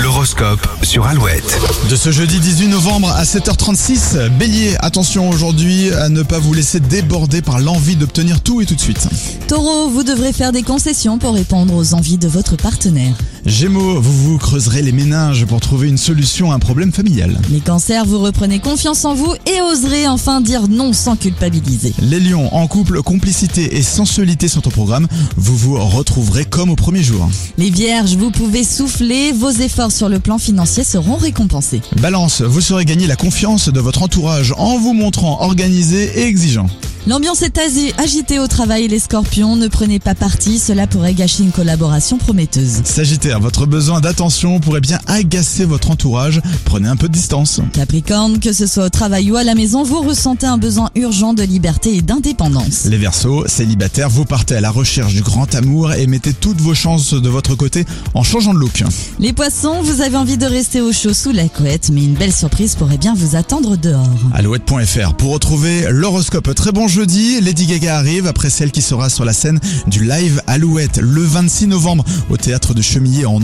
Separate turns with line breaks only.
L'horoscope sur Alouette.
De ce jeudi 18 novembre à 7h36, Bélier, attention aujourd'hui à ne pas vous laisser déborder par l'envie d'obtenir tout et tout de suite.
Taureau, vous devrez faire des concessions pour répondre aux envies de votre partenaire.
Gémeaux, vous vous creuserez les méninges pour trouver une solution à un problème familial.
Les cancers, vous reprenez confiance en vous et oserez enfin dire non sans culpabiliser.
Les lions, en couple, complicité et sensualité sont au programme. Vous vous retrouverez comme au premier jour.
Les vierges, vous pouvez souffler, vos efforts sur le plan financier seront récompensés.
Balance, vous saurez gagner la confiance de votre entourage en vous montrant organisé et exigeant.
L'ambiance est asi- agitée au travail, les scorpions, ne prenez pas parti, cela pourrait gâcher une collaboration prometteuse.
Sagittaire, votre besoin d'attention pourrait bien agacer votre entourage. Prenez un peu de distance.
Capricorne, que ce soit au travail ou à la maison, vous ressentez un besoin urgent de liberté et d'indépendance.
Les Verseaux, célibataires, vous partez à la recherche du grand amour et mettez toutes vos chances de votre côté en changeant de look.
Les poissons, vous avez envie de rester au chaud sous la couette, mais une belle surprise pourrait bien vous attendre dehors.
Alouette.fr pour retrouver l'horoscope. Très bon jeudi, Lady Gaga arrive après celle qui sera sur la scène du live Alouette le 26 novembre au théâtre de Chemillé en